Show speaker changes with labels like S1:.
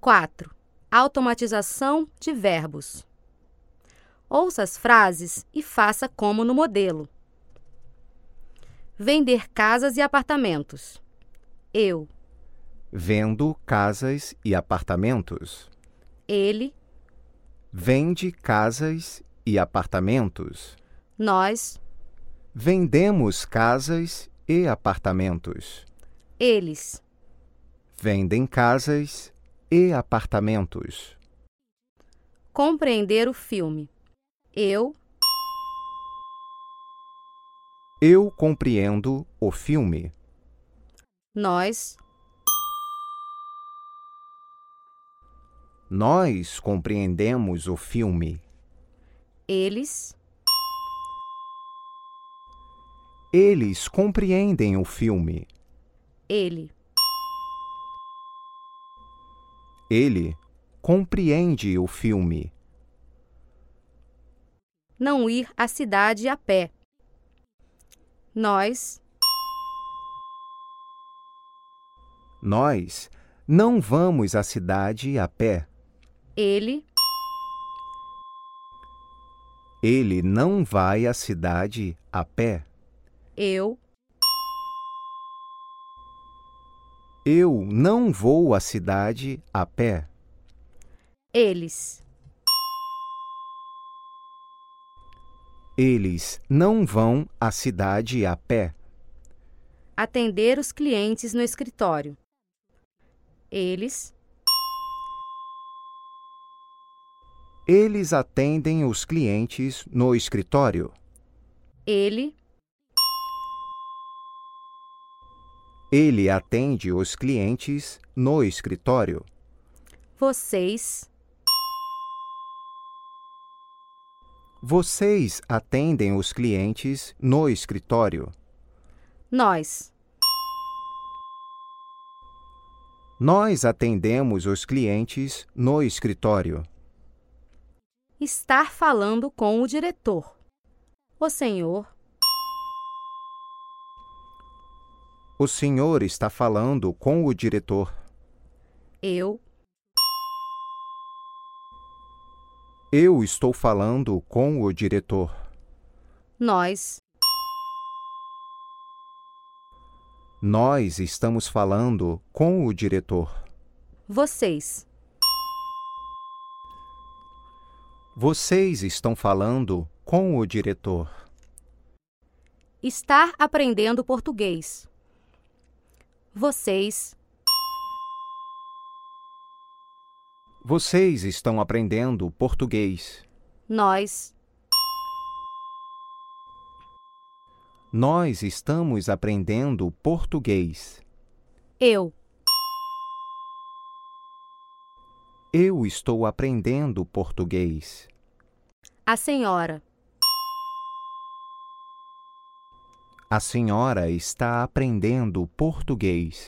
S1: 4. Automatização de verbos. Ouça as frases e faça como no modelo. Vender casas e apartamentos. Eu,
S2: Vendo casas e apartamentos.
S1: ele,
S2: Vende casas e apartamentos.
S1: nós,
S2: Vendemos casas e apartamentos.
S1: eles.
S2: Vendem casas e apartamentos.
S1: Compreender o filme. Eu,
S2: Eu compreendo o filme.
S1: nós,
S2: Nós compreendemos o filme.
S1: eles,
S2: Eles compreendem o filme.
S1: ele.
S2: Ele compreende o filme.
S1: Não ir à cidade a pé. Nós,
S2: Nós não vamos à cidade a pé.
S1: ele,
S2: Ele não vai à cidade a pé.
S1: eu,
S2: Eu não vou à cidade a pé.
S1: eles.
S2: Eles não vão à cidade a pé.
S1: Atender os clientes no escritório. Eles,
S2: Eles atendem os clientes no escritório.
S1: ele,
S2: Ele atende os clientes no escritório.
S1: vocês,
S2: Vocês atendem os clientes no escritório.
S1: nós.
S2: Nós atendemos os clientes no escritório.
S1: Estar falando com o diretor. O senhor,
S2: O senhor está falando com o diretor.
S1: eu,
S2: Eu estou falando com o diretor.
S1: nós,
S2: Nós estamos falando com o diretor.
S1: vocês.
S2: Vocês estão falando com o diretor.
S1: Estar aprendendo português. Vocês,
S2: Vocês estão aprendendo português.
S1: nós,
S2: Nós estamos aprendendo português.
S1: eu,
S2: Eu estou aprendendo português.
S1: a senhora,
S2: A senhora está aprendendo português.